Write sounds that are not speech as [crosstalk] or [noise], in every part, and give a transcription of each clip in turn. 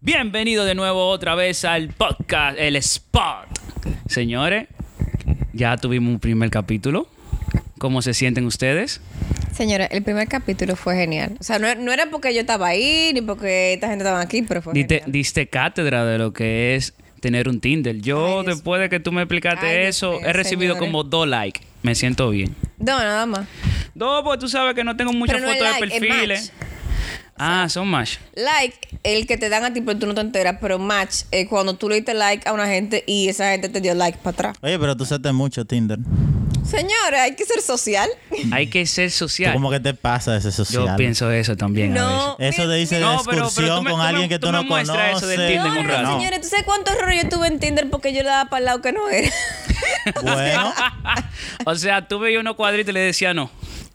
Bienvenido de nuevo otra vez al podcast, el Spot. Señores, ya tuvimos un primer capítulo. ¿Cómo se sienten ustedes? Señora, el primer capítulo fue genial. O sea, no, no era porque yo estaba ahí ni porque esta gente estaba aquí, pero fue Diste, Pues genial. diste cátedra de lo que es tener un Tinder. Yo, Ay, Dios después de que tú me explicaste Ay, Dios eso, mío, he recibido señores. como dos likes. Me siento bien. No, nada más. Dos, porque tú sabes que no tengo muchas Pero no es fotos de like, es perfiles. Ah, son más. Like, el que te dan a ti, pero tú no te enteras, pero match, es cuando tú le diste like a una gente y esa gente te dio like para atrás. Oye, pero tú sabes mucho Tinder. Señora, hay que ser social. Hay que ser Tú social. como que te pasa ese social. Yo pienso eso también. a veces. [laughs] No. Eso de irse de No, pero- pero tú excursión me- tú con me- alguien que tú tú, me no muestras conoces. eso del Tinder en un Señores, rato. [laughs] No. señores, ¿tú sabes cuántos errores yo tuve en Tinder porque yo le daba para el lado que no era? [laughs] Bueno, o sea, tú veías unos cuadritos y le decía no.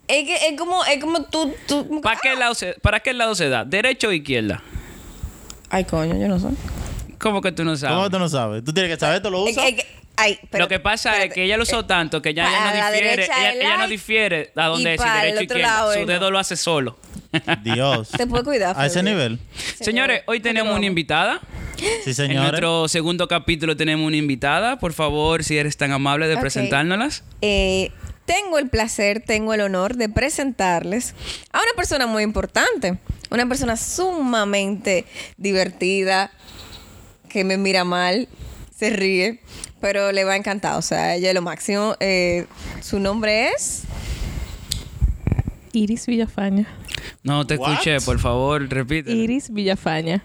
es que es como, es como ¡ah! tú, tú... ¿Para qué lado se, para qué lado se da? ¿Derecho o izquierda? Ay, coño, yo no sé. ¿Cómo que tú no sabes? ¿cómo tú no sabes? Tú tienes que saber, tú lo Es que- usas. es que- ay, espérate, lo que pasa es espérate. que ella lo usó tanto que ya eh, Para ella no la difiere. derecha Ella, el ella no like difiere a y dónde es, si para el derecho o otro izquierda. lado, Su ¿no? dedo lo hace solo. [laughs] Dios. Te puedes cuidar. A ese Fede. nivel. Señores, hoy tenemos una invitada. Sí, En señores. nuestro segundo capítulo tenemos una invitada. Por favor, si eres tan amable de Ok. presentárnoslas. Eh, tengo el placer, tengo el honor de presentarles a una persona muy importante, una persona sumamente divertida, que me mira mal, se ríe, pero le va encantado. O sea, ella es lo máximo. Eh, su nombre es. Iris Villafaña. No te What? escuché, por favor, repite. Iris Villafaña.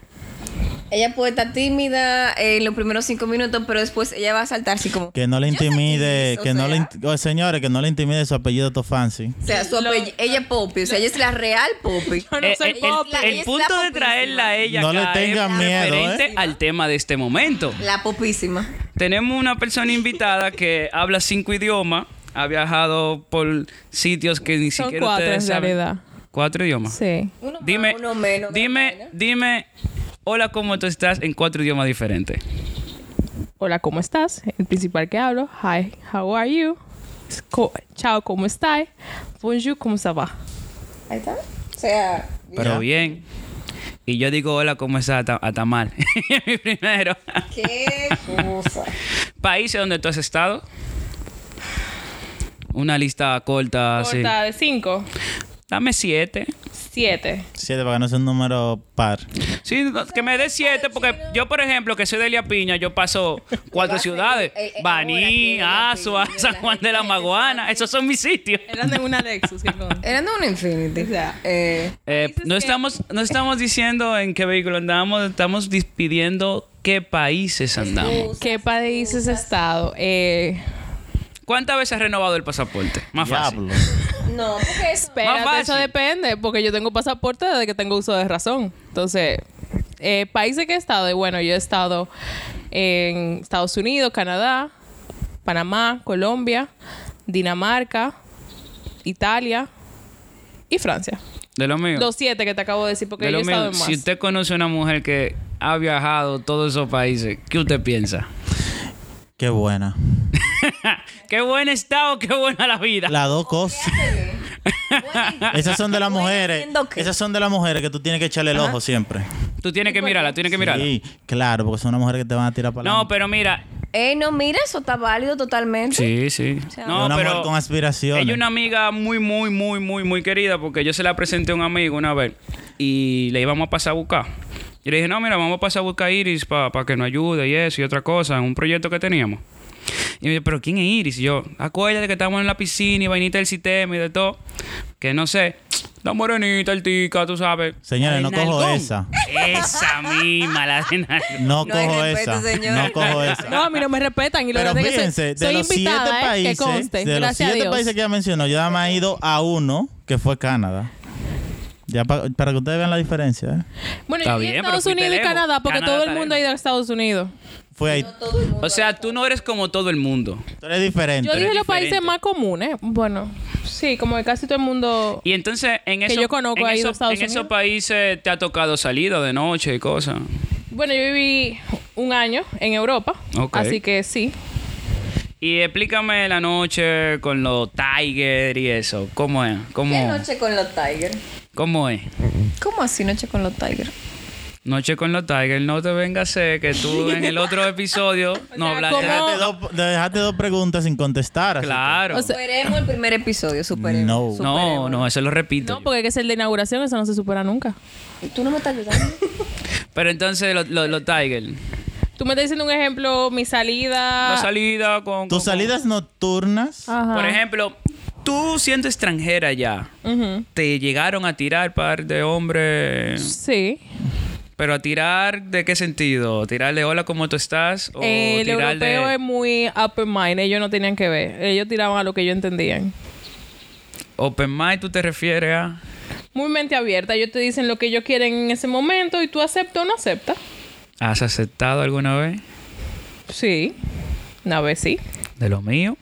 Ella puede estar tímida eh, en los primeros cinco minutos, pero después ella va a saltar así como. Que no le Yo sé intimide, quién es, o que no le, sea. in- oh, señores, que no le intimide su apellido todo fancy. O sea, su apell- ella es Poppy, o sea, ella es la real Poppy. Yo Ah, no Eh, soy eh, el- pop. la- el ella es punto la de traerla a ella No le acá es tenga miedo, ¿eh? referente al tema de este momento. La popísima. Tenemos una persona invitada que habla cinco idiomas, ha viajado por sitios que ni Son siquiera cuatro en ustedes saben. Ah. realidad. Cuatro idiomas. Sí. Uno más, Dime, uno menos, ¿no? dime, dime, hola, ¿cómo tú estás en cuatro idiomas diferentes? Hola, ¿cómo estás? El principal que hablo. Hi, how are you? Es co- Chao, ¿cómo estás? Bonjour, ¿cómo se va? Ahí está. O sea, Pero Ya. bien. Y yo digo, hola, ¿cómo estás? Ata- [laughs] Atamal. Mi primero. qué cosa. Países donde tú has estado. Una lista corta, así. Corta de cinco. Dame siete. Siete. Siete, para que no sea un número par. Sí, no, que me dé siete, porque yo, por ejemplo, que soy de Elia Piña, yo paso cuatro ciudades. eh, eh, ahora que Baní, Elia Asua, [laughs] Piña, San la Juan de la gente que se Maguana. Esos son mis sitios. Eran de una Lexus. [laughs] ¿qué con? Eran de un Infinity. O sea, eh, Eh, no, estamos, no estamos diciendo en qué vehículo andamos, estamos dis- pidiendo qué países andamos. ¿Qué países has estado? Eh, ¿Cuántas veces has renovado el pasaporte? Más fácil. Diablo. no, porque es. espérate, fácil. eso depende, porque yo tengo pasaporte desde que tengo uso de razón. Entonces, eh, países que he estado, y bueno, yo he estado en Estados Unidos, Canadá, Panamá, Colombia, Dinamarca, Italia y Francia. De lo mío. Los siete que te acabo de decir, porque de yo he lo estado mío. en más. Si usted conoce una mujer que ha viajado todos esos países, ¿qué usted piensa? Qué buena. ¿Qué buen estado, qué buena la vida? Las dos cosas. [laughs] Esas son de las mujeres. haciendo qué? Esas son de las mujeres que tú tienes que echarle el ojo siempre. Tú tienes que mirarla, tienes que mirarla. Sí, claro, porque son unas mujeres que te van a tirar para No, pero mira. [laughs] Ey, no, mira, eso está válido totalmente. Sí, sí. No, una pero mujer con aspiraciones. Ella es una amiga muy, muy, muy, muy, muy querida porque yo se la presenté a un amigo una vez y le íbamos a pasar a buscar. Y le dije, no, mira, vamos a pasar a buscar a Iris para que nos ayude y eso y otra cosa, en un proyecto que teníamos. Y me dice, pero ¿quién es Iris? Y yo, acuérdate que estamos en la piscina y vainita del sistema y de todo. Que no sé, la morenita, el tica, tú sabes. Señores, no El cojo nalgón. esa. Esa misma, la de nalgón. No, No hay cojo respeto, esa. señor. No cojo esa. No, a mí no me respetan. Y lo Pero grande que soy- fíjense, de soy los siete invitada, ¿eh? países, que conste. de los Gracias a siete Dios. países que ya mencionó, yo nada más he ido a uno, que fue Canadá. Ya pa- para que ustedes vean la diferencia, ¿eh? Bueno, Está yo fui a bien, pero Estados fuiste Unidos y lejos. Canadá, porque Canadá todo está el mundo ha lejos. ido a Estados Unidos. Fue ahí. O sea, tú no eres como todo el mundo. Tú eres diferente. Yo dije los diferente. países más comunes. Bueno, sí, como que casi todo el mundo. Y entonces, en Que esos, yo conozco en ahí de esos- Estados en esos Unidos. países te ha tocado salida de noche y cosas. Bueno, yo viví un año en Europa, Ok. así que sí. Y explícame la noche con los Tiger y eso. ¿Cómo es? ¿Cómo, ¿Qué noche con los Tiger? cómo es? ¿Cómo así noche con los Tiger? Noche con los Tigers, no te vengas a ser que tú en el [laughs] otro episodio no sea, hablaste. ¿cómo? Dejaste dos, dejaste dos preguntas sin contestar. así Claro. O sea, Superemos el primer episodio, superemos. No. no, superemos. no, eso lo repito. No, porque es el de inauguración, eso no se supera nunca. Tú no me estás ayudando. pues. Pero entonces los lo, los Tigers. Tú me estás diciendo un ejemplo, mi salida. La salida con. que- Tus con- salidas nocturnas. Ah. Ajá. Por ejemplo, tú siendo extranjera ya, Ujú. te llegaron a tirar par de hombres. Sí. Pero a tirar, ¿de qué sentido? ¿Tirarle hola, cómo tú estás? O Eh, el tirarle. europeo es muy open mind, ellos no tenían que ver. Ellos tiraban a lo que ellos entendían. Open mind, tú te refieres a. Muy mente abierta, ellos te dicen lo que ellos quieren en ese momento y tú aceptas o no aceptas. ¿Has aceptado alguna vez? Sí, una vez sí. De lo mío.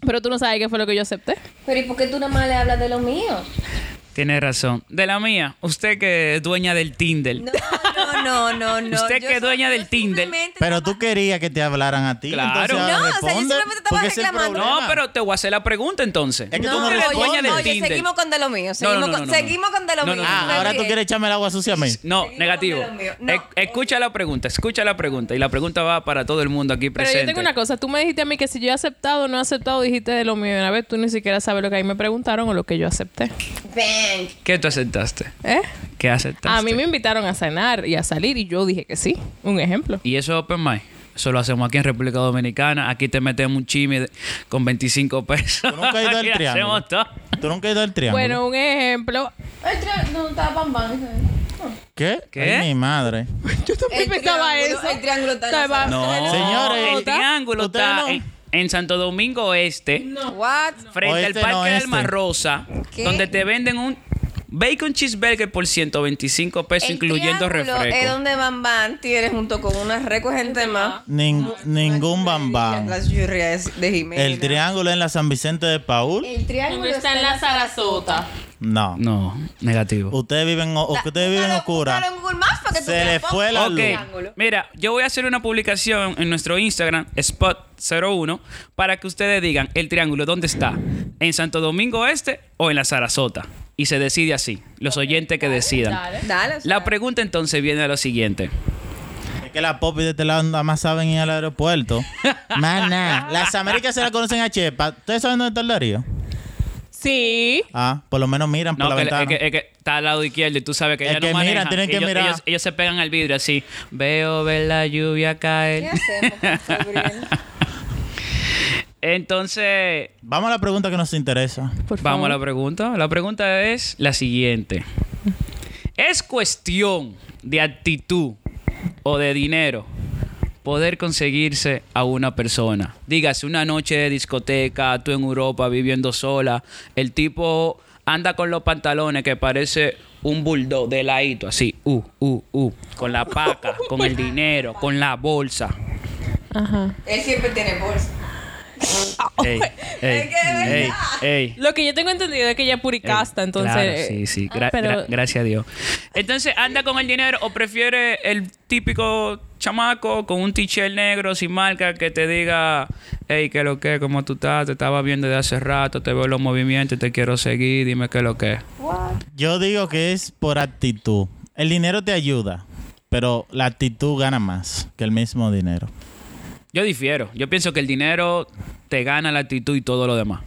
Pero tú no sabes qué fue lo que yo acepté. Pero ¿y por qué tú nada más le hablas de lo mío? Tienes razón. De la mía. Usted que es dueña del Tinder. No, no, no, no. no. Usted Yo que es so- dueña del yo Tinder. simplemente Pero tú querías que te hablaran a ti. Claro. entonces No, ahora o sea, yo responde, simplemente estaba porque ese es el reclamando. No, problema. pero te voy a hacer la pregunta entonces. Es que no, tú no oye, respondes. dueña del oye, Tinder. seguimos con de lo mío. No, no, Seguimos, no, con, no, no. seguimos con de lo No, no, mío. no, Ah, no, ahora tú Bien. quieres echarme el agua sucia a mí. No, Seguimos negativo. con lo mío. No. E- escucha la pregunta, escucha la pregunta. Y la pregunta va para todo el mundo aquí Pero presente. yo tengo una cosa, tú me dijiste a mí que si yo he aceptado o no he aceptado, dijiste de lo mío. Una vez tú ni siquiera sabes lo que a mí me preguntaron o lo que yo acepté. Ven. ¿Qué tú aceptaste? ¿Eh? ¿Qué aceptaste? A mí me invitaron a cenar y a salir y yo dije que sí. Un ejemplo. Y eso es open mic. Eso lo hacemos aquí en República Dominicana. Aquí te metemos un chimi de- con 25 pesos. Tú nunca has ido [laughs] al Aquí triángulo. hacemos todo. Tú nunca has ido al triángulo. Bueno, un ejemplo. El tri- no estaba pan pan. ¿Qué? ¿Qué? Ay, mi madre. Yo también El pensaba triángulo- eso. el triángulo está en la Estaba- sala. No, Señores, el triángulo ustedes está no. en, en Santo Domingo Este, What? frente Oeste, al Parque no, de este. Alma Rosa, ¿Qué? donde te venden un bacon cheeseburger por 125 pesos, El incluyendo triángulo refresco. Es donde Van Van tiene junto con una reco gente más. Nin- ningún bambán. Las churrias de Jimena. El triángulo en la San Vicente de Paul. El triángulo está en la Sarasota. No. No, negativo. Ustedes viven, o- ustedes viven Búscalo- oscura. búscalo en Google Maps para que tú Se veas. le Pon- fue la Ok, luz. triángulo. mira, yo voy a hacer una publicación en nuestro Instagram, Spot01, para que ustedes digan el triángulo, ¿dónde está? ¿En Santo Domingo Este o en la Sarasota? Y se decide así, los oyentes que decidan. Dale, o sea, La pregunta entonces viene a lo siguiente. Es que la popi de este lado nada más saben ir [laughs] al aeropuerto. Mana, las Américas se la conocen a Chepa. ¿Ustedes saben dónde está el Darío? Sí. Ah, por lo menos miran por No, la que, ventana. es, que, es que está al lado izquierdo y tú sabes que Es ellos que no miran, manejan. tienen que ellos, mirar. Ellos, ellos se pegan al vidrio así. Veo ver la lluvia caer. [laughs] ¿Qué hacemos [laughs] con Gabriel? Entonces, Vamos a la pregunta que nos interesa. Por vamos favor. a la pregunta. La pregunta es la siguiente. ¿Es cuestión de actitud o de dinero poder conseguirse a una persona? Dígase, una noche de discoteca, tú en Europa viviendo sola, el tipo anda con los pantalones que parece un bulldog de ladito, así, uh, uh, uh, con la paca, con [laughs] el dinero, con la bolsa. Ajá. Él siempre tiene bolsa. Ey, Es que de ey, verdad. ey. Lo que yo tengo entendido es que ella es puricasta, Eh, entonces. claro, eh, sí, sí. ah, gra- pero gra- gracias a Dios. Entonces, ¿anda con el dinero o prefiere el típico chamaco con un t-shirt negro sin marca que te diga, hey, qué lo que, cómo tú estás, te estaba viendo de hace rato, te veo los movimientos, te quiero seguir, dime qué lo que. Yo digo que es por actitud. El dinero te ayuda, pero la actitud gana más que el mismo dinero. Yo difiero. Yo pienso que el dinero te gana la actitud y todo lo demás.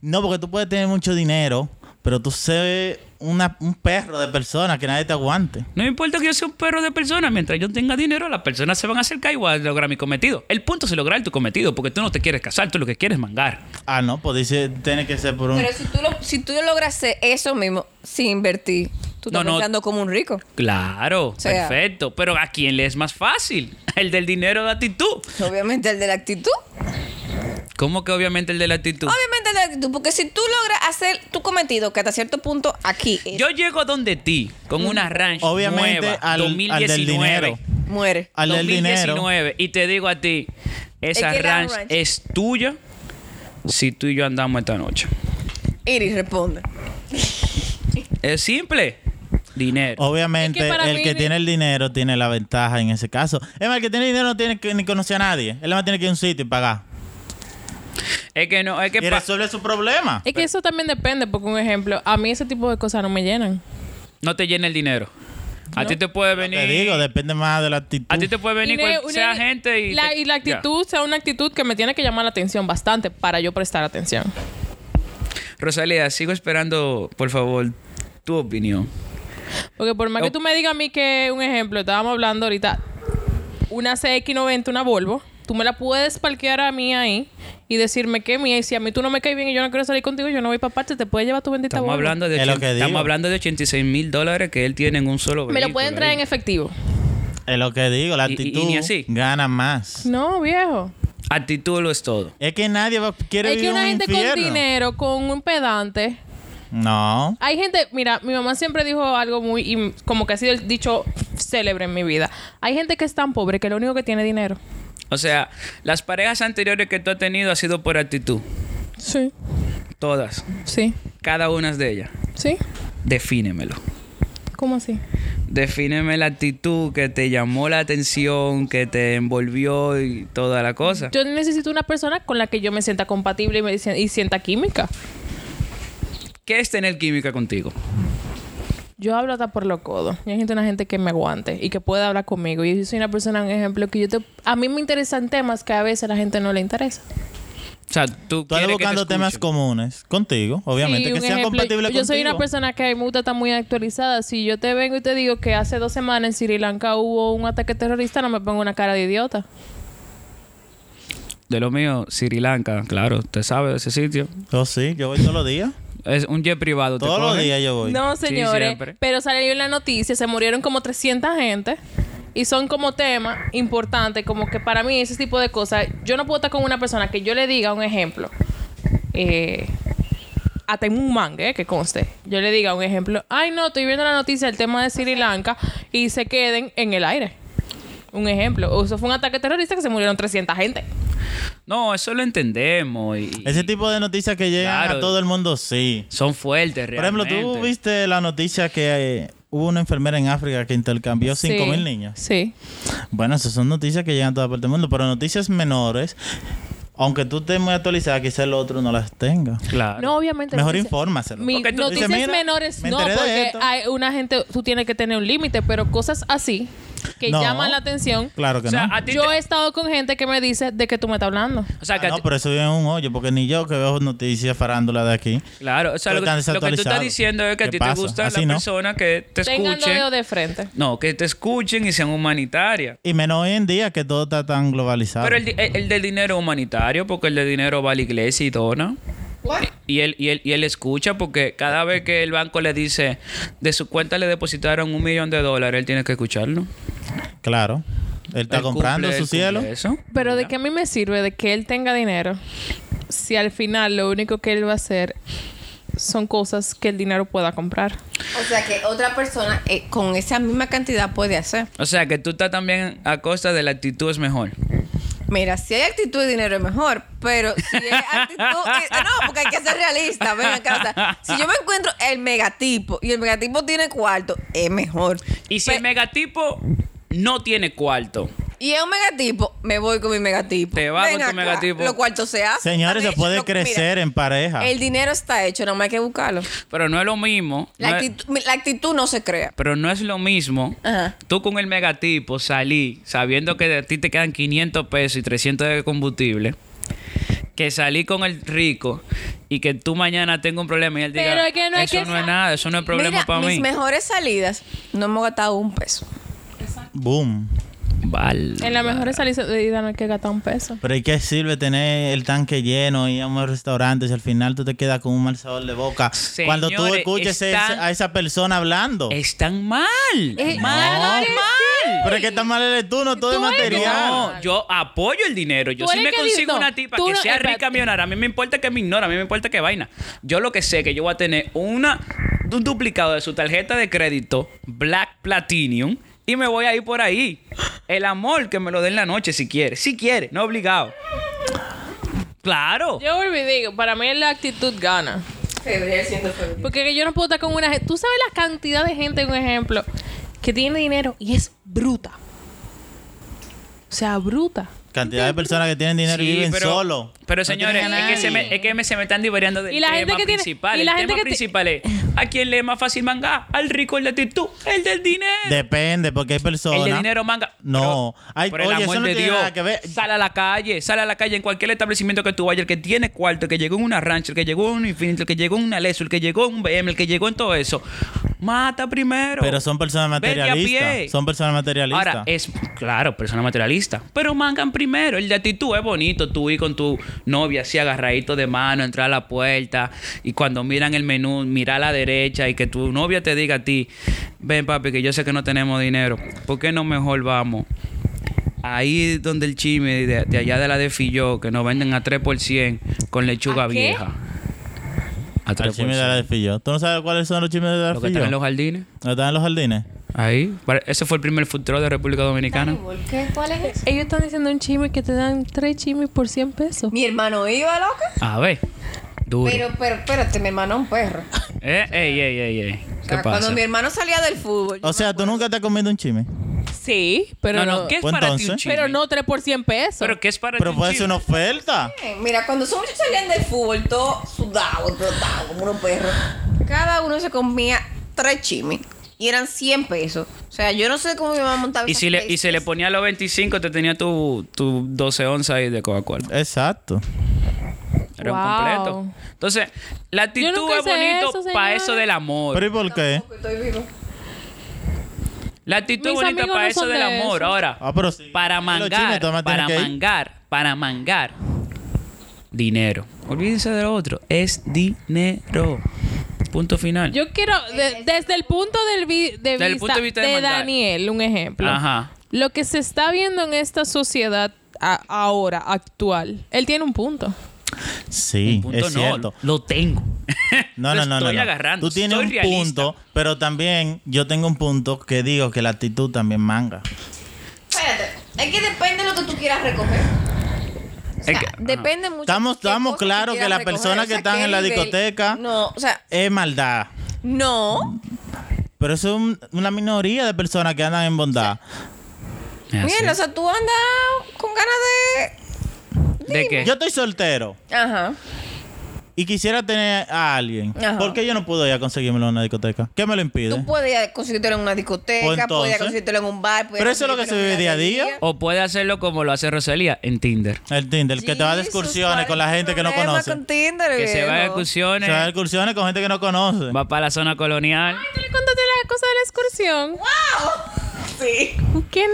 No, porque tú puedes tener mucho dinero, pero tú ser una- un perro de persona que nadie te aguante. No me importa que yo sea un perro de persona, mientras yo tenga dinero, las personas se van a acercar y voy a lograr mi cometido. El punto es lograr tu cometido, porque tú no te quieres casar, tú lo que quieres es mangar. Ah, no, pues dice, tiene que ser por un... Pero si tú, lo, si tú logras hacer eso mismo sin invertir, tú No, estás no. pensando como un rico. Claro, sea- perfecto. Pero ¿a quién le es más fácil? [laughs] El del dinero de actitud. Obviamente el de la actitud. ¿Cómo que obviamente el de la actitud? Obviamente el de la actitud. Porque si tú logras hacer tu cometido, que hasta cierto punto aquí eh, es, Yo llego donde ti con Mm. una ranch Obviamente nueva, al- al del 2019, dinero. muere. Al del dinero. 2019 y te digo a ti, esa que era un ranch, ranch. es tuya si tú y yo andamos esta noche. Iris responde. Es simple, dinero. Obviamente, Es que para el mí que ni- tiene el dinero tiene la ventaja en ese caso. Es más, el que tiene dinero no tiene que ni conocer a nadie. Él más tiene que ir a un sitio y pagar. Es que no, es que Y pa- Eh, resuelve su problema. Es que eso también depende, porque un ejemplo, a mí ese tipo de cosas no me llenan. no te llena el dinero. A ti te puede venir. Te digo, depende más de la actitud. a ti te puede venir Una- cual una- sea gente y. la, te- y la Ya. actitud sea una actitud que me tiene que llamar la atención bastante para yo prestar atención. Rosalía, sigo esperando, por favor, tu opinión. Porque por más que Oh. tú me digas a mí que, un ejemplo, estábamos hablando ahorita, una CX90, una Volvo, tú me la puedes parquear a mí ahí y decirme que mía, y si a mí tú no me caes bien y yo no quiero salir contigo, yo no voy para parte, te puedes llevar tu bendita Estamos Volvo. hablando, de Es lo ochen- que digo. estamos hablando de 86 mil dólares que él tiene en un solo me lo pueden vehículo ¿eh? traer ahí. en efectivo. Es lo que digo, la Y- y- y actitud ni así. gana más. No, viejo. Actitud lo es todo. Es que nadie va- quiere Es vivir que una un gente infierno. con dinero, con un pedante, No. Hay gente, mira, mi mamá siempre dijo algo muy, y como que ha sido el dicho célebre en mi vida. Hay gente que es tan pobre que lo único que tiene es dinero. O sea, las parejas anteriores que tú has tenido ha sido por actitud. Sí, Todas. sí, Cada una de ellas. sí. Defínemelo. ¿Cómo así? Defíneme la actitud que te llamó la atención, que te envolvió y toda la cosa. Yo necesito una persona con la que yo me sienta compatible y, me sien- y sienta química. ¿Qué es tener química contigo? Yo hablo hasta por los codos. Yo necesito una gente que me aguante y que pueda hablar conmigo. Y yo soy una persona, un ejemplo, que yo te... A mí me interesan temas que a veces a la gente no le interesa. O sea, tú, Tú andas quieres que te buscando temas escuchen. comunes contigo, obviamente, Sí, que un sean ejemplo, compatibles Yo soy una contigo. persona que me gusta estar muy actualizada. Si yo te vengo y te digo que hace dos semanas en Sri Lanka hubo un ataque terrorista, no me pongo una cara de idiota. De lo mío, Sri Lanka, claro, te sabes de ese sitio. Oh, sí, yo voy todos [laughs] los días. Es un jet privado. te Todos los cogen. días yo voy. No, Sí, señores. siempre. pero salió en la noticia, se murieron como 300 gente. Y son como temas importantes, como que para mí ese tipo de cosas. Yo no puedo estar con una persona que yo le diga un ejemplo. Eh, hasta en un mangue, eh, que conste. Yo le diga un ejemplo. Ay, no, estoy viendo la noticia del tema de Sri Lanka y se queden en el aire. Un ejemplo. O eso fue un ataque terrorista que se murieron 300 gente. No, eso lo entendemos. Y, Ese tipo de noticias que llegan Claro. a todo el mundo, sí. Son fuertes, Por realmente. ejemplo, tú viste la noticia que eh, hubo una enfermera en África que intercambió 5.000 Sí. niños. Sí. Bueno, esas son noticias que llegan a toda parte del mundo, pero noticias menores, aunque tú estés muy actualizada, quizás el otro no las tenga. Claro. No, obviamente. Mejor noticia- infórmaselo. Mi- Porque tú- noticias dices, mira, menores me no, enteré de porque esto. hay una gente, tú tienes que tener un límite, pero cosas así que No. llaman la atención. Claro que o sea, no. a ti Yo te- he estado con gente que me dice de que tú me estás hablando. o sea, que Ah, a no, ti- pero eso viene un hoyo, porque ni yo que veo noticias farándula de aquí. Claro, o sea, lo, Pero tan que- lo que tú estás desactualizado. diciendo es que a ¿Qué ti pasa? te gustan las Así no. personas que te Tengan dedo escuchen. de frente. No, que te escuchen y sean humanitarias. Y menos hoy en día que todo está tan globalizado. Pero el, di- el, el del dinero es humanitario, porque el de dinero va a la iglesia y dona. Y él, y, él, y él escucha porque cada vez que el banco le dice de su cuenta le depositaron un millón de dólares, él tiene que escucharlo. Claro. Él está Él comprando cumple- su él cumple cielo. Eso. Pero de qué a mí me sirve de que él tenga dinero si al final lo único que él va a hacer son cosas que el dinero pueda comprar. O sea que otra persona eh, con esa misma cantidad puede hacer. O sea, que tú estás también a costa de la actitud es mejor. Mira, si hay actitud de dinero es mejor, pero si hay [laughs] actitud. eh, no, porque hay que ser realista. Ven acá, o sea, si yo me encuentro el megatipo y el megatipo tiene cuarto, es mejor. Y si Pe- el megatipo no tiene cuarto, y es un megatipo, me voy con mi megatipo. Te vas Ven con tu acá, megatipo. Los cuartos se hacen. Señores, se Está puede hecho, lo- crecer mira, en pareja. el dinero está hecho, nada más hay que buscarlo. pero no es lo mismo. La, no es- actitud, mi- la actitud no se crea. pero no es lo mismo. Ajá. Tú con el megatipo salí sabiendo que de ti te quedan 500 pesos y 300 de combustible. Que salí con el rico y que tú mañana tengo un problema y él diga, Pero es que no es eso que- no es nada, eso no es problema Mira, para mis mí. mejores salidas no hemos gastado un peso. Boom. Vale. En la mejor salida de vida no hay que gastar un peso. Pero ¿y qué sirve tener el tanque lleno, ir a unos restaurantes y al final tú te quedas con un mal sabor de boca? Cuando tú Señores, escuches está- ese- a esa persona hablando. Están mal. Eh, mal, no. mal. Pero es que está mal el turno, todo el Tú eres- material. No, yo apoyo el dinero. Yo Tú si eres me que consigo no, una tipa tú que no- sea espérate. rica millonaria, a mí me importa que me ignora, a mí me importa que vaina. Yo lo que sé que yo voy a tener una un duplicado de su tarjeta de crédito Black Platinum y me voy a ir por ahí. El amor que me lo den la noche si quiere, si quiere, no obligado. Claro. Yo vuelvo y digo, para mí la actitud gana. Porque yo no puedo estar con una gente. Tú sabes la cantidad de gente, un ejemplo, que tiene dinero y es bruta. O sea, bruta. Cantidad de personas que tienen dinero y Sí, viven pero- solo. Pero señores, tienen a es, que se nadie. me, es que me- se me están divariando del Y la tema gente que tiene- principal. y la el gente tema que ti- principal es, ¿a quién le es más fácil manga? Al rico, el de actitud, el del dinero. Depende, porque hay el personas. de dinero manga. No. Pero, Ay, por el oye, amor eso no de tiene Dios. nada que ver. Sal a la calle, sal a la calle en cualquier establecimiento que tú vayas, el que tiene cuarto, el que llegó en una rancho, el que llegó en un infinito, el que llegó en una leso, el que llegó en un BM, el que llegó en todo eso. Mata primero. Pero son personas Vete a pie. materialistas. Son personas materialistas. Ahora, es claro, persona materialista. Pero mangan primero. El de actitud es bonito. Tú ir con tu novia así agarradito de mano, entrar a la puerta. Y cuando miran el menú, mira a la derecha. Y que tu novia te diga a ti: Ven, papi, que yo sé que no tenemos dinero. ¿Por qué no mejor vamos? Ahí donde el chisme de, de allá de la de Filló, que nos venden a 3 por 100 con lechuga ¿A qué? vieja. A Al 3 por chisme de la 100. desfillo. ¿Tú no sabes cuáles son los chismes de la Lo que están en desfillo? los jardines. ¿No están en los jardines? Ahí. Pare- Ese fue el primer food truck de República Dominicana. ¿Qué? ¿Cuál es eso? Ellos están diciendo un chisme que te dan tres chismes por 100 pesos. Mi hermano iba, loca. A ver. Duro. Pero, pero, espérate, mi hermano es un perro. Eh, ey, ey, ey, ey. O ¿Qué Ah, sea, pasa? cuando mi hermano salía del fútbol. yo O sea, me tú nunca te has comido un chisme. Sí, pero No, no. no, ¿qué es Pues para ti un entonces- chisme? Pero no tres por 100 pesos. ¿Pero qué es para Pero ti un puede ser chisme? una oferta. acuerdo. Mira, cuando esos muchachos salían del fútbol, todos sudados, explotados, como unos perros. Cada uno se comía tres chimis. Y eran 100 pesos. O sea, yo no sé cómo me iban a montar Y esas si, le, y pesas. se le ponía a los 25, te tenía tu, tu 12 onzas ahí de Coca-Cola. Exacto. Era Wow. un completo. Entonces, la actitud nunca es hice bonito eso, para señora. eso del amor. ¿Pero y por qué? Estoy vivo. la actitud es Mis bonita amigos para no eso son del de amor. eso. Ahora, Ah, pero sí. para Los chismes, mangar, tú más para tienes que ir. mangar, para mangar. Dinero. Olvídense del otro. Es dinero. Punto final. Yo quiero, Eh, de- desde el punto del vi- de Desde el vista punto de vista de maldad. Daniel, un ejemplo. Ajá. Lo que se está viendo en esta sociedad a- ahora, actual, él tiene un punto. Sí, Punto es no, cierto. Lo tengo. [laughs] No, Lo no, no, no. Estoy no. agarrando. Tú tienes soy un realista. punto, pero también yo tengo un punto que digo que la actitud también manga. Espérate. Es que depende de lo que tú quieras recoger. O sea, Es que- ajá. depende mucho. Estamos- de qué estamos cosa tú claros que quieras las recoger, personas o sea, que están qué en la nivel- discoteca- No, o sea, Es maldad. no. Pero eso es un- una minoría de personas que andan en bondad. Es así. Mira, o sea, tú andas con ganas ¿De qué? Yo estoy soltero de. Ajá. y quisiera tener a alguien. Ajá. ¿Por qué yo no puedo ir a conseguírmelo en una discoteca? ¿Qué me lo Tú impide? puedes ir a conseguírtelo en una discoteca, Pues entonces. puedes ir a conseguírtelo en un bar. puedes Pero eso es lo que conseguírtelo se en vive una día a día. galería. O puede hacerlo como lo hace Rosalía en Tinder. El Tinder, que te va de Jesus, excursiones ¿cuál con la es el gente que no problema conoce. con Tinder, Que se va de viejo? Se excursiones, va de excursiones con gente que no conoce. Eh. va para la zona colonial. ¿Tú le contaste la cosa de la excursión? [laughs] Sí. ¡Qué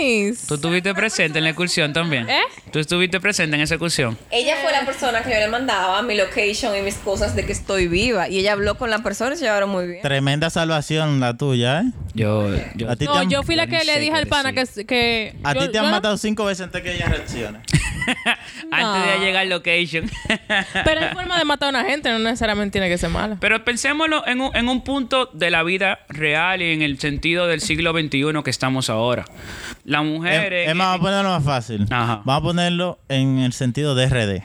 nice! ¿Tú estuviste presente en la excursión también? ¿Eh? ¿Tú estuviste presente en esa excursión? Ella fue la persona que yo le mandaba mi location y mis cosas de que estoy viva. Y ella habló con la persona y se llevaron muy bien. Tremenda salvación la tuya, ¿eh? Yo, yo A ti te No, han, yo fui la que Yo ni le sé dije qué al pana que... que a yo- ti te han no, no. matado cinco veces antes que ella reaccione. [laughs] antes de llegar al location. [laughs] Pero hay forma de matar a una gente, no necesariamente tiene que ser mala. Pero pensémoslo en un, en un punto de la vida real y en el sentido del siglo XXI que estamos ahora. Las mujeres... Em, Es es más, vamos a ponerlo más fácil. Ajá. Vamos a ponerlo en el sentido de RD.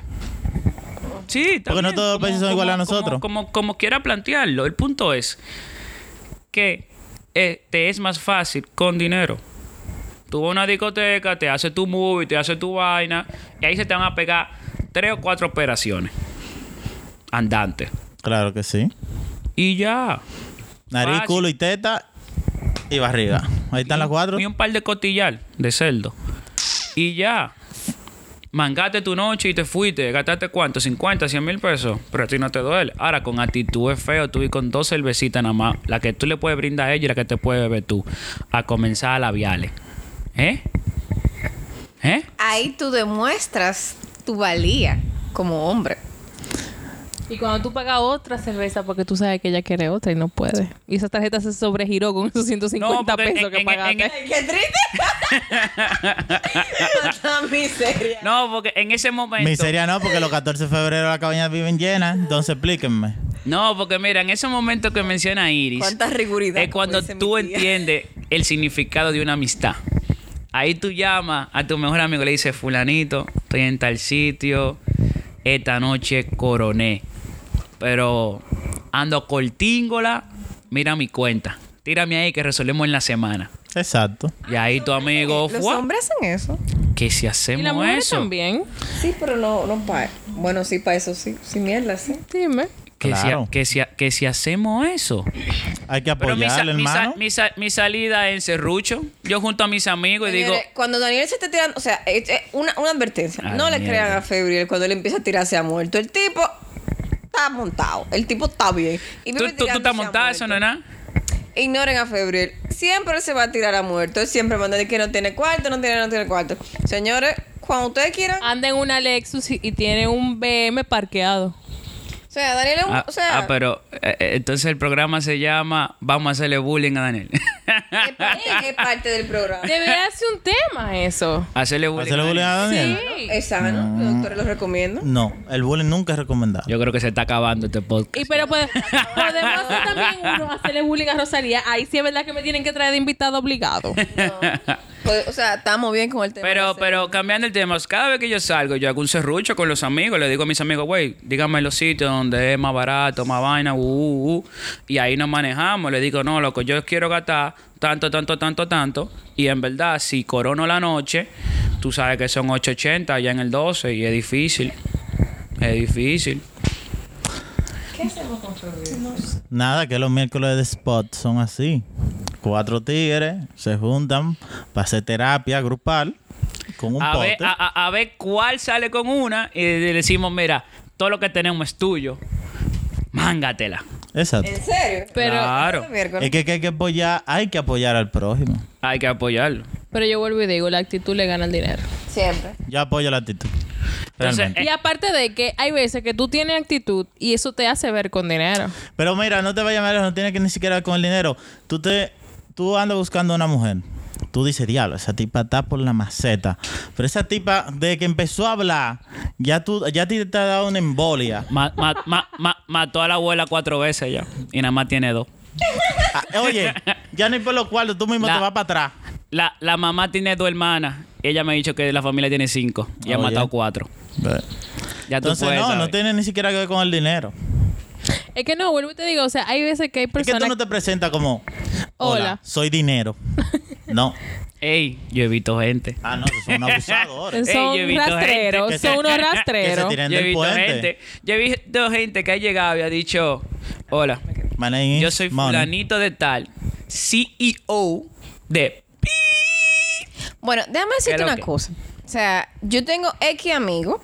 Sí, también. Porque no todos los Como- países son iguales a como- nosotros. Como, como, como quiera plantearlo, el punto es que eh, te es más fácil con dinero. Tú vas a una discoteca, te haces tu movie, te haces tu vaina, y ahí se te van a pegar tres o cuatro operaciones andantes. Claro que sí. Y ya. Nariz, Fácil. culo y teta y barriga. Ahí están las cuatro. Y un par de cotillar de cerdo. Y ya. Mangaste tu noche y te fuiste. ¿Gastaste cuánto? ¿50, 100 mil pesos? Pero a ti no te duele. Ahora, con actitud es feo. Tú y con dos cervecitas nada más. La que tú le puedes brindar a ella y la que te puedes beber tú. A comenzar a labiales. ¿Eh? ¿Eh? Ahí tú demuestras tu valía como [laughs] hombre. Y cuando tú pagas otra cerveza porque tú sabes que ella quiere otra y no puede. Y esa tarjeta se sobregiró con esos 150 No, porque pesos en- que en- pagaste. en- ¡Qué [laughs] triste! ¡Tanta miseria! No, porque en ese momento. Miseria no, porque los 14 de febrero las cabañas viven llenas. Entonces explíquenme. No, porque mira, en ese momento que menciona Iris. ¡Cuánta riguridad! Es cuando como dice pues, mi tú tía. entiendes el significado de una amistad. Ahí tú llamas a tu mejor amigo y le dices, fulanito, estoy en tal sitio, esta noche coroné, pero ando cortíngola, mira mi cuenta, tírame ahí que resolvemos en la semana. Exacto. Y Ah, ahí tu amigo, Los "Fua, hombres hacen eso. que si Y la hacemos mujer eso, también. Sí, pero no, no pagan. Bueno, sí, para eso sí. Sin mierda, sí. Dime. Que, Claro. si, que, si, que si hacemos eso. Hay que Pero mi, sa- apoyarle, mi sa- hermano. mi sa- mi salida en serrucho. Yo junto a mis amigos y Pues digo, Señores, cuando Daniel se esté tirando, o sea, eh, eh, una, una advertencia, Ay, no le Ah, mierda. crean a Febril cuando él empieza a tirarse a muerto. El tipo está montado, el tipo está bien. Y tú, vive tú, tú tirándose a estás montada, eso no es muerto. nada. Ignoren a Febril. Siempre se va a tirar a muerto. Él siempre manda de que no tiene cuarto, no tiene, no tiene cuarto. Señores, cuando ustedes quieran. Ah. Anda en una Lexus y, y tiene un BM parqueado. O sea, Daniel es un. Ah, o sea, ah, pero eh, eh, entonces el programa se llama Vamos a hacerle bullying a Daniel. [laughs] es, parte, es parte del programa. Debería ser un tema eso. hacerle bullying. ¿Hacerle a bullying a Daniel. Daniel? Sí. Es sano, los doctores lo recomiendan. No, el bullying nunca es recomendado. Yo creo que se está acabando este podcast. Y pero pode- podemos hacer también uno, hacerle bullying a Rosalía. Ahí sí es verdad que me tienen que traer de invitado obligado. [laughs] O sea, estamos bien con el tema. Pero, de pero cambiando el tema, cada vez que yo salgo, yo hago un serrucho con los amigos, le digo a mis amigos, güey, dígame los sitios donde es más barato, más vaina, uh, uh, uh", y ahí nos manejamos. Le digo, no, loco, yo quiero gastar tanto, tanto, tanto, tanto, y en verdad, si corono la noche, tú sabes que son 8.80 allá en el 12, y es difícil, es difícil. Nada, que los miércoles de spot son así. Cuatro tigres se juntan para hacer terapia grupal con un A ver, pote. a, a- a ver cuál sale con una, y le decimos, mira, todo lo que tenemos es tuyo, mángatela. Exacto. ¿En serio? Pero, claro, Este miércoles. Es que, que hay que apoyar, hay que apoyar al prójimo. hay que apoyarlo. pero yo vuelvo y digo, la actitud le gana el dinero. Eh. Siempre. Yo apoyo la actitud. Entonces, Realmente. Y aparte de que hay veces que tú tienes actitud y eso te hace ver con dinero. Pero mira, no te vayas a llamar, no tiene que ni siquiera ver con el dinero. Tú te tú andas buscando una mujer. Tú dices, diablo, esa tipa está por la maceta. Pero esa tipa, desde que empezó a hablar, ya tú, ya a ti te ha dado una embolia. Ma- ma- ma- ma- mató a la abuela cuatro veces ya. Y nada más tiene dos. [laughs] Ah, oye, ya ni por los cuartos, tú mismo La- te vas para atrás. La, la mamá tiene dos hermanas. Ella me ha dicho que la familia tiene cinco. Y ha Oye. matado cuatro. Ya tú Entonces, puedes, no, ¿sabes? no tiene ni siquiera que ver con el dinero. Es que no, vuelvo y te digo, o sea, hay veces que hay Es que personas... tú no te presentas como, hola, Hola. soy dinero. No. Ey, yo he visto gente. Ah, no, son abusadores. Ey, yo he Son visto gente [laughs] rastreros, que se- son unos que se rastreros. tiran Yo he del visto puente. gente. Yo he visto gente que ha llegado y ha dicho: Hola, My name is yo soy money. fulanito de tal, CEO de. Bueno, déjame decirte lo una que? cosa. O sea, yo tengo X amigos.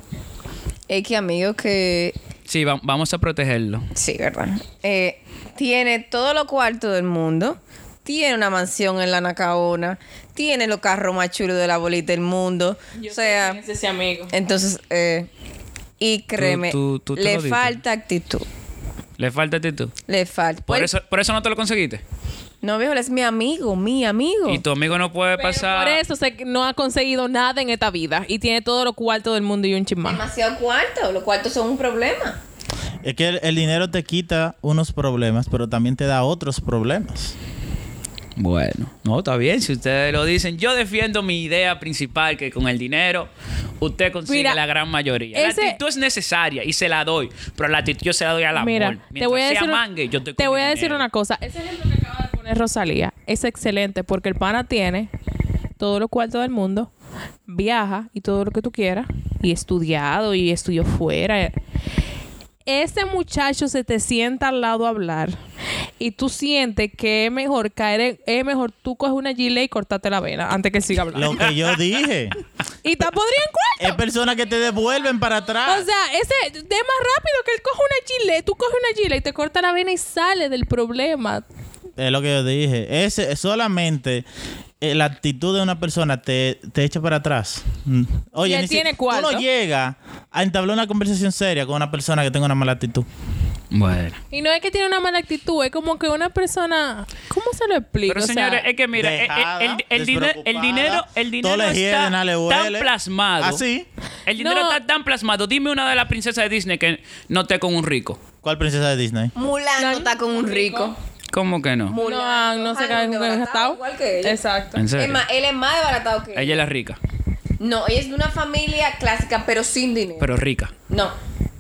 X amigos que. Sí, va- vamos a protegerlo. Sí, ¿verdad? Eh, tiene todo lo cuarto del mundo. Tiene una mansión en la Nacaona. Tiene los carros más chulos de la bolita del mundo. o sea. ese amigo. Entonces, eh, y créeme, tú- tú te le lo dices. falta actitud. Le falta actitud. Le falta. Por, Pues, eso, por eso no te lo conseguiste. No, viejo, él es mi amigo, mi amigo. Y tu amigo no puede pasar. Por eso sé que no ha conseguido nada en esta vida y tiene todo lo cuarto del mundo y un chismán. Demasiado cuarto, los cuartos son un problema. Es que el, el dinero te quita unos problemas, pero también te da otros problemas. Bueno, no, está bien. Si ustedes lo dicen, yo defiendo mi idea principal que con el dinero usted consigue Mira, la gran mayoría. ese- La actitud es necesaria y se la doy, pero la actitud yo se la doy al amor. Mira, te Mientras voy a sea decir, un- mangue, yo estoy te con voy mi a decir dinero. una cosa. Ese ejemplo que acaba de poner Rosalía es excelente porque el pana tiene todos los cuartos del mundo, viaja y todo lo que tú quieras, y estudiado y estudió fuera. Ese muchacho se te sienta al lado a hablar y tú sientes que es mejor caer, en- es mejor tú coges una gilet y cortarte la vena antes que él siga hablando. Lo que yo [laughs] dije. Y te podría en Es cuarto. personas que te devuelven para atrás. O sea, ese es más rápido que él coge una gilet, tú coges una gilet y te corta la vena y sale del problema. es lo que yo dije. Ese, solamente eh, la actitud de una persona te, te echa para atrás. Mm. Y él ni si- tiene tú no cuarto. llega a entablar una conversación seria con una persona que tenga una mala actitud. Bueno. Y no es que tiene una mala actitud, es como que una persona. ¿Cómo se lo explico? Pero O sea, señores, es que mira, eh, eh, Dejada, el, el diner- el despreocupada, dinero, el dinero todo le está hiede, nada le tan huele. plasmado. Así. El dinero No. está tan plasmado. Dime una de las princesas de Disney que no esté con un rico. ¿Cuál princesa de Disney? Mulan no está con un rico. ¿Cómo que no? no, ah, no se cae nunca en gastado. Igual que ella. Exacto. En Es serio. más, él es más desbaratado que Ella es la rica, No, ella es de una familia clásica, pero sin dinero. pero rica. No,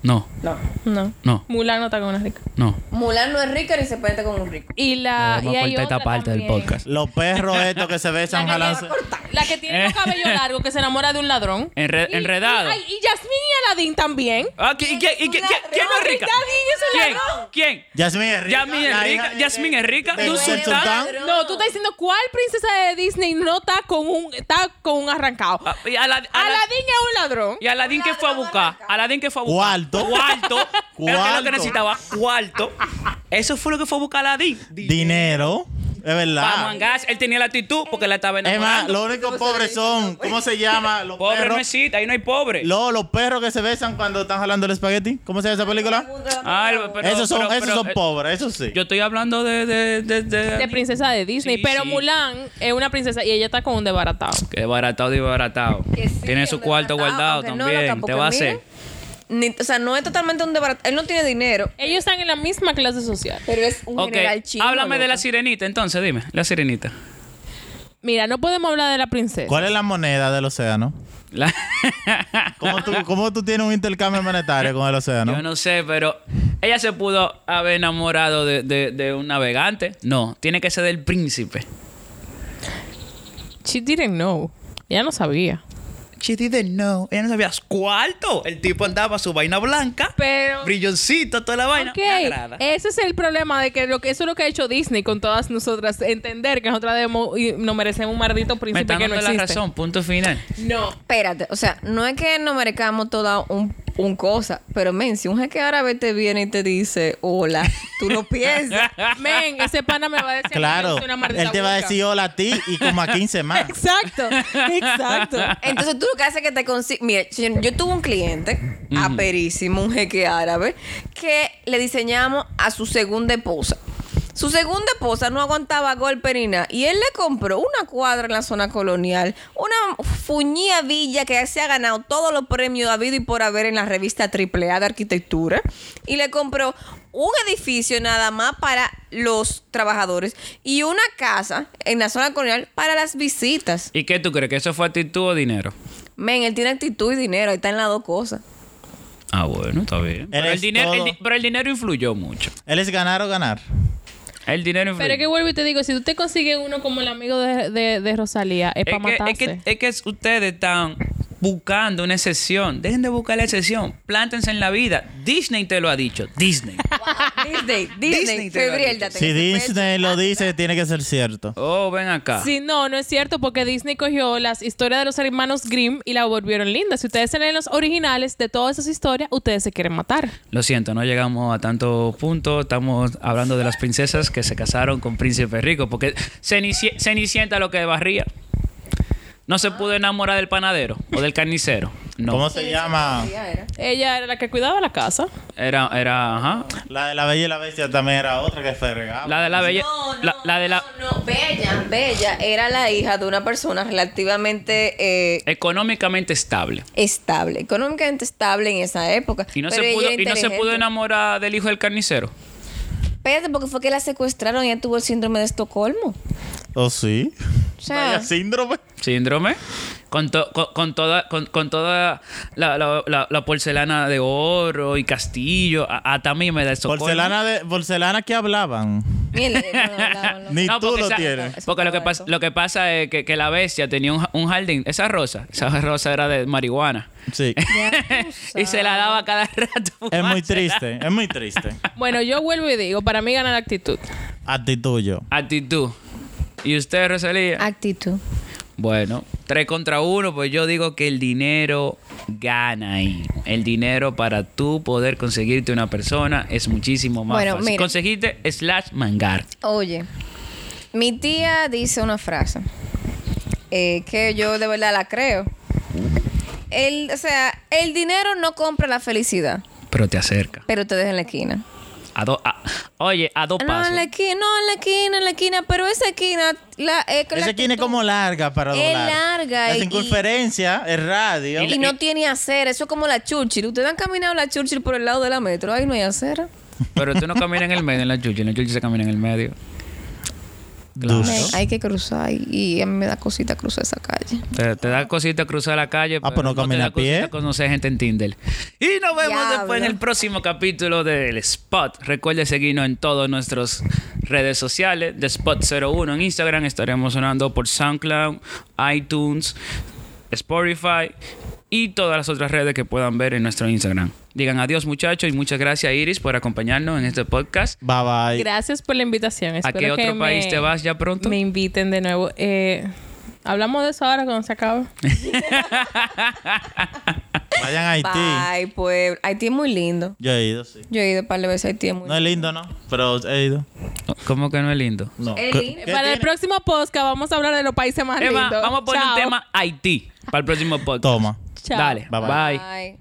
No, no. No. no, Mulan no está con una rica. no. Mulan no es rica ni se puede con un rico. Y la. Vamos Ah, Y a hay cortar esta otra parte del también. podcast. Los perros estos que se besan La que, jalándose. lleva- la que tiene los cabellos largos, que se enamora de un ladrón. Eh. [laughs] Enre- Y- enredado. Y, ay, y Yasmín y Aladdin también. Ah, ¿qui- y quién- y quién- quién- quién no es rica? Aladdin ¿Quién? es un ladrón. ¿Quién? Yasmín es rica. Yasmín es la rica, hija de- Yasmín es rica, de- tú del sultán. No, tú estás diciendo cuál princesa de Disney no está con un está con un arrancado. Ah, y Ala- Ala- Aladdin es un ladrón. y Aladín que fue a buscar. Aladín que fue a buscar. Cuarto. Cuarto. Era que lo que Cuarto. necesitaba. Cuarto. Eso fue lo que fue a buscar Aladín. Dinero. Es Para verdad. mangas. Él tenía la actitud porque la estaba Ah. Es más, enamorando. los únicos pobres son. ¿Cómo se llama? Los Pobre no perros. existe, ahí no hay pobre. Lo- los perros que se besan cuando están jalando el espagueti. ¿Cómo se llama esa película? Ah, el- pero- esos son, pero- esos pero, son eh, pobres, eso sí. Yo estoy hablando de. de, de, de- De princesa de Disney. Sí, pero sí. Mulan es una princesa y ella está con un desbaratado. Que desbaratado, desbaratado. Que sí, tiene su un cuarto desbaratado, guardado aunque no, también. loca, Te porque va a mira, hacer. ni- o sea, no es totalmente un debate. Él no tiene dinero, Ellos están en la misma clase social. pero es un Ok, general chino. háblame de loca. la sirenita entonces, dime. La sirenita. Mira, no podemos hablar de la princesa. ¿Cuál es la moneda del océano? La- [laughs] ¿Cómo tú, cómo tú tienes un intercambio monetario con el océano? Yo no sé, pero ella se pudo haber enamorado de, de- de un navegante. No, tiene que ser del príncipe. She didn't know. Ella no sabía. She didn't know. Ella no sabía cuarto. El tipo andaba su vaina blanca, Pero- brilloncito, toda la vaina. Ok, Me agrada. ese es el problema de que, lo que eso es lo que ha hecho Disney con todas nosotras. Entender que nosotras debemos y nos merecemos un maldito Me príncipe están que no dando existe. la razón, punto final. [laughs] No. Espérate, o sea, no es que no merezcamos toda un, un cosa, pero men, si un jeque árabe te viene y te dice hola, [laughs] tú lo piensas. Men, ese pana me va a decir. Claro. "Soy una maldita Él te va a hueca". "Oh, decir hola a ti y como [laughs] a 15 más. [laughs] Exacto, exacto. Entonces tú lo que haces es que te consigues. Mira, señor, yo tuve un cliente, aperísimo, un jeque árabe, que le diseñamos a su segunda esposa. Su segunda esposa no aguantaba golpe ni nada. Y él le compró una cuadra en la zona colonial, una fuñía villa que se ha ganado todos los premios habido y por haber en la revista AAA de arquitectura. Y le compró un edificio nada más para los trabajadores y una casa en la zona colonial para las visitas. ¿Y qué tú crees? ¿Que eso fue actitud o dinero? Men, él tiene actitud y dinero, ahí están las dos cosas. Ah, bueno, está bien. Pero el, Eres dinero, el di- todo. pero el dinero influyó mucho. Él es ganar o ganar. El dinero influyó. Pero es que vuelvo y te digo, si tú te consigues uno como el amigo de, de, de Rosalía, es, para es, que, matarse. es, que, es que es- ustedes están buscando una excepción. Dejen de buscar la excepción. Plántense en la vida. Disney te lo ha dicho. [laughs] Disney. Disney, Disney, Disney te lo ha Febril, dicho. date Si que se Disney lo dice, tiene que ser cierto. Oh, ven acá. Sí, no, no es cierto, porque Disney cogió las historias de los hermanos Grimm y la volvieron linda. Si ustedes se leen los originales de todas esas historias, ustedes se quieren matar. Lo siento, no llegamos a tanto punto. Estamos hablando de las princesas que se casaron con príncipes ricos. Porque Cenici- Cenicienta lo que barría. No se pudo enamorar del panadero o del carnicero. ¿Cómo No. se llama? Ya era. Ella era la que cuidaba la casa. Era, era, ajá. La de la Bella y la Bestia también era otra que fergaba. La de la bella. No, no, la, la de la. no, no, Bella, Bella era la hija de una persona relativamente eh, Económicamente estable. estable, económicamente estable en esa época. Y no, pero se ella pudo, era y no se pudo inteligente. enamorar del hijo del carnicero. Espérate, porque fue que la secuestraron y ella tuvo el síndrome de Estocolmo. ¿O ¿Oh, sí? O sea, Vaya síndrome. Síndrome. Con, to- con, con toda, con, con toda la, la- la- la porcelana de oro y castillo. A- Hasta a mí me da eso. Porcelana, de, porcelana que hablaban. miel, [laughs] eh, no, no, no, no. Ni tú porque lo esa- tienes. Porque lo que, pasa, lo que pasa es que, que la bestia tenía un, ja- un jardín. Esa rosa, esa rosa era de marihuana. Sí. [laughs] y se la daba cada rato. Es muy fumársela. triste, es muy triste. Bueno, yo vuelvo y digo, para mí gana la actitud. Actitud yo. Actitud. ¿Y usted, Rosalía? Actitud. Bueno, tres contra uno, pues yo digo que el dinero gana ahí. El dinero para tú poder conseguirte una persona es muchísimo más Bueno, fácil. mira. Conseguirte slash mangar. Oye, mi tía dice una frase eh, que yo de verdad la creo. El, o sea, el dinero no compra la felicidad, Pero te acerca. pero te deja en la esquina. A do- a- oye, a dos No, pasos. en la esquina, no, en la esquina, en la esquina, pero esa esquina... La, eh, con la Esa esquina es actitud- como larga para Es doblar. larga La y- circunferencia, el radio. Y no tiene acera, eso es como la Churchill. Ustedes han caminado la Churchill por el lado de la metro, ahí no hay acera. Pero tú no caminas en el medio, en la chucha. En la chucha se camina en el medio. Dulce. Men, hay que cruzar y, y a mí me da cosita cruzar esa calle. Te, te da cosita cruzar la calle. Ah, pues no te camina da a pie. cosita Conocer gente en Tinder. Y nos vemos Diablo. después en el próximo capítulo del Spot. Recuerde seguirnos en todas nuestras redes sociales. De Spot01 en Instagram. Estaremos sonando por SoundCloud, iTunes, Spotify, y todas las otras redes que puedan ver en nuestro Instagram. Digan adiós muchachos y muchas gracias Iris por acompañarnos en este podcast. Bye bye. Gracias por la invitación. ¿A qué Espero que otro país me- te vas ya pronto? Me inviten de nuevo. Eh, hablamos de eso ahora cuando se acabe. Vayan a Haití. Ay, pueblo. Haití es muy lindo. Yo he ido, sí. Yo he ido para veces a Haití. Es muy No es lindo, ¿no? Pero he ido. ¿Cómo que no es lindo? No. Es ¿Qué- lindo. qué Para el tiene? próximo podcast vamos a hablar de los países más Emma, lindos. vamos a poner Chao. un tema Haití para el próximo podcast. Toma. Chao. Dale, Bye, bye. bye. Bye.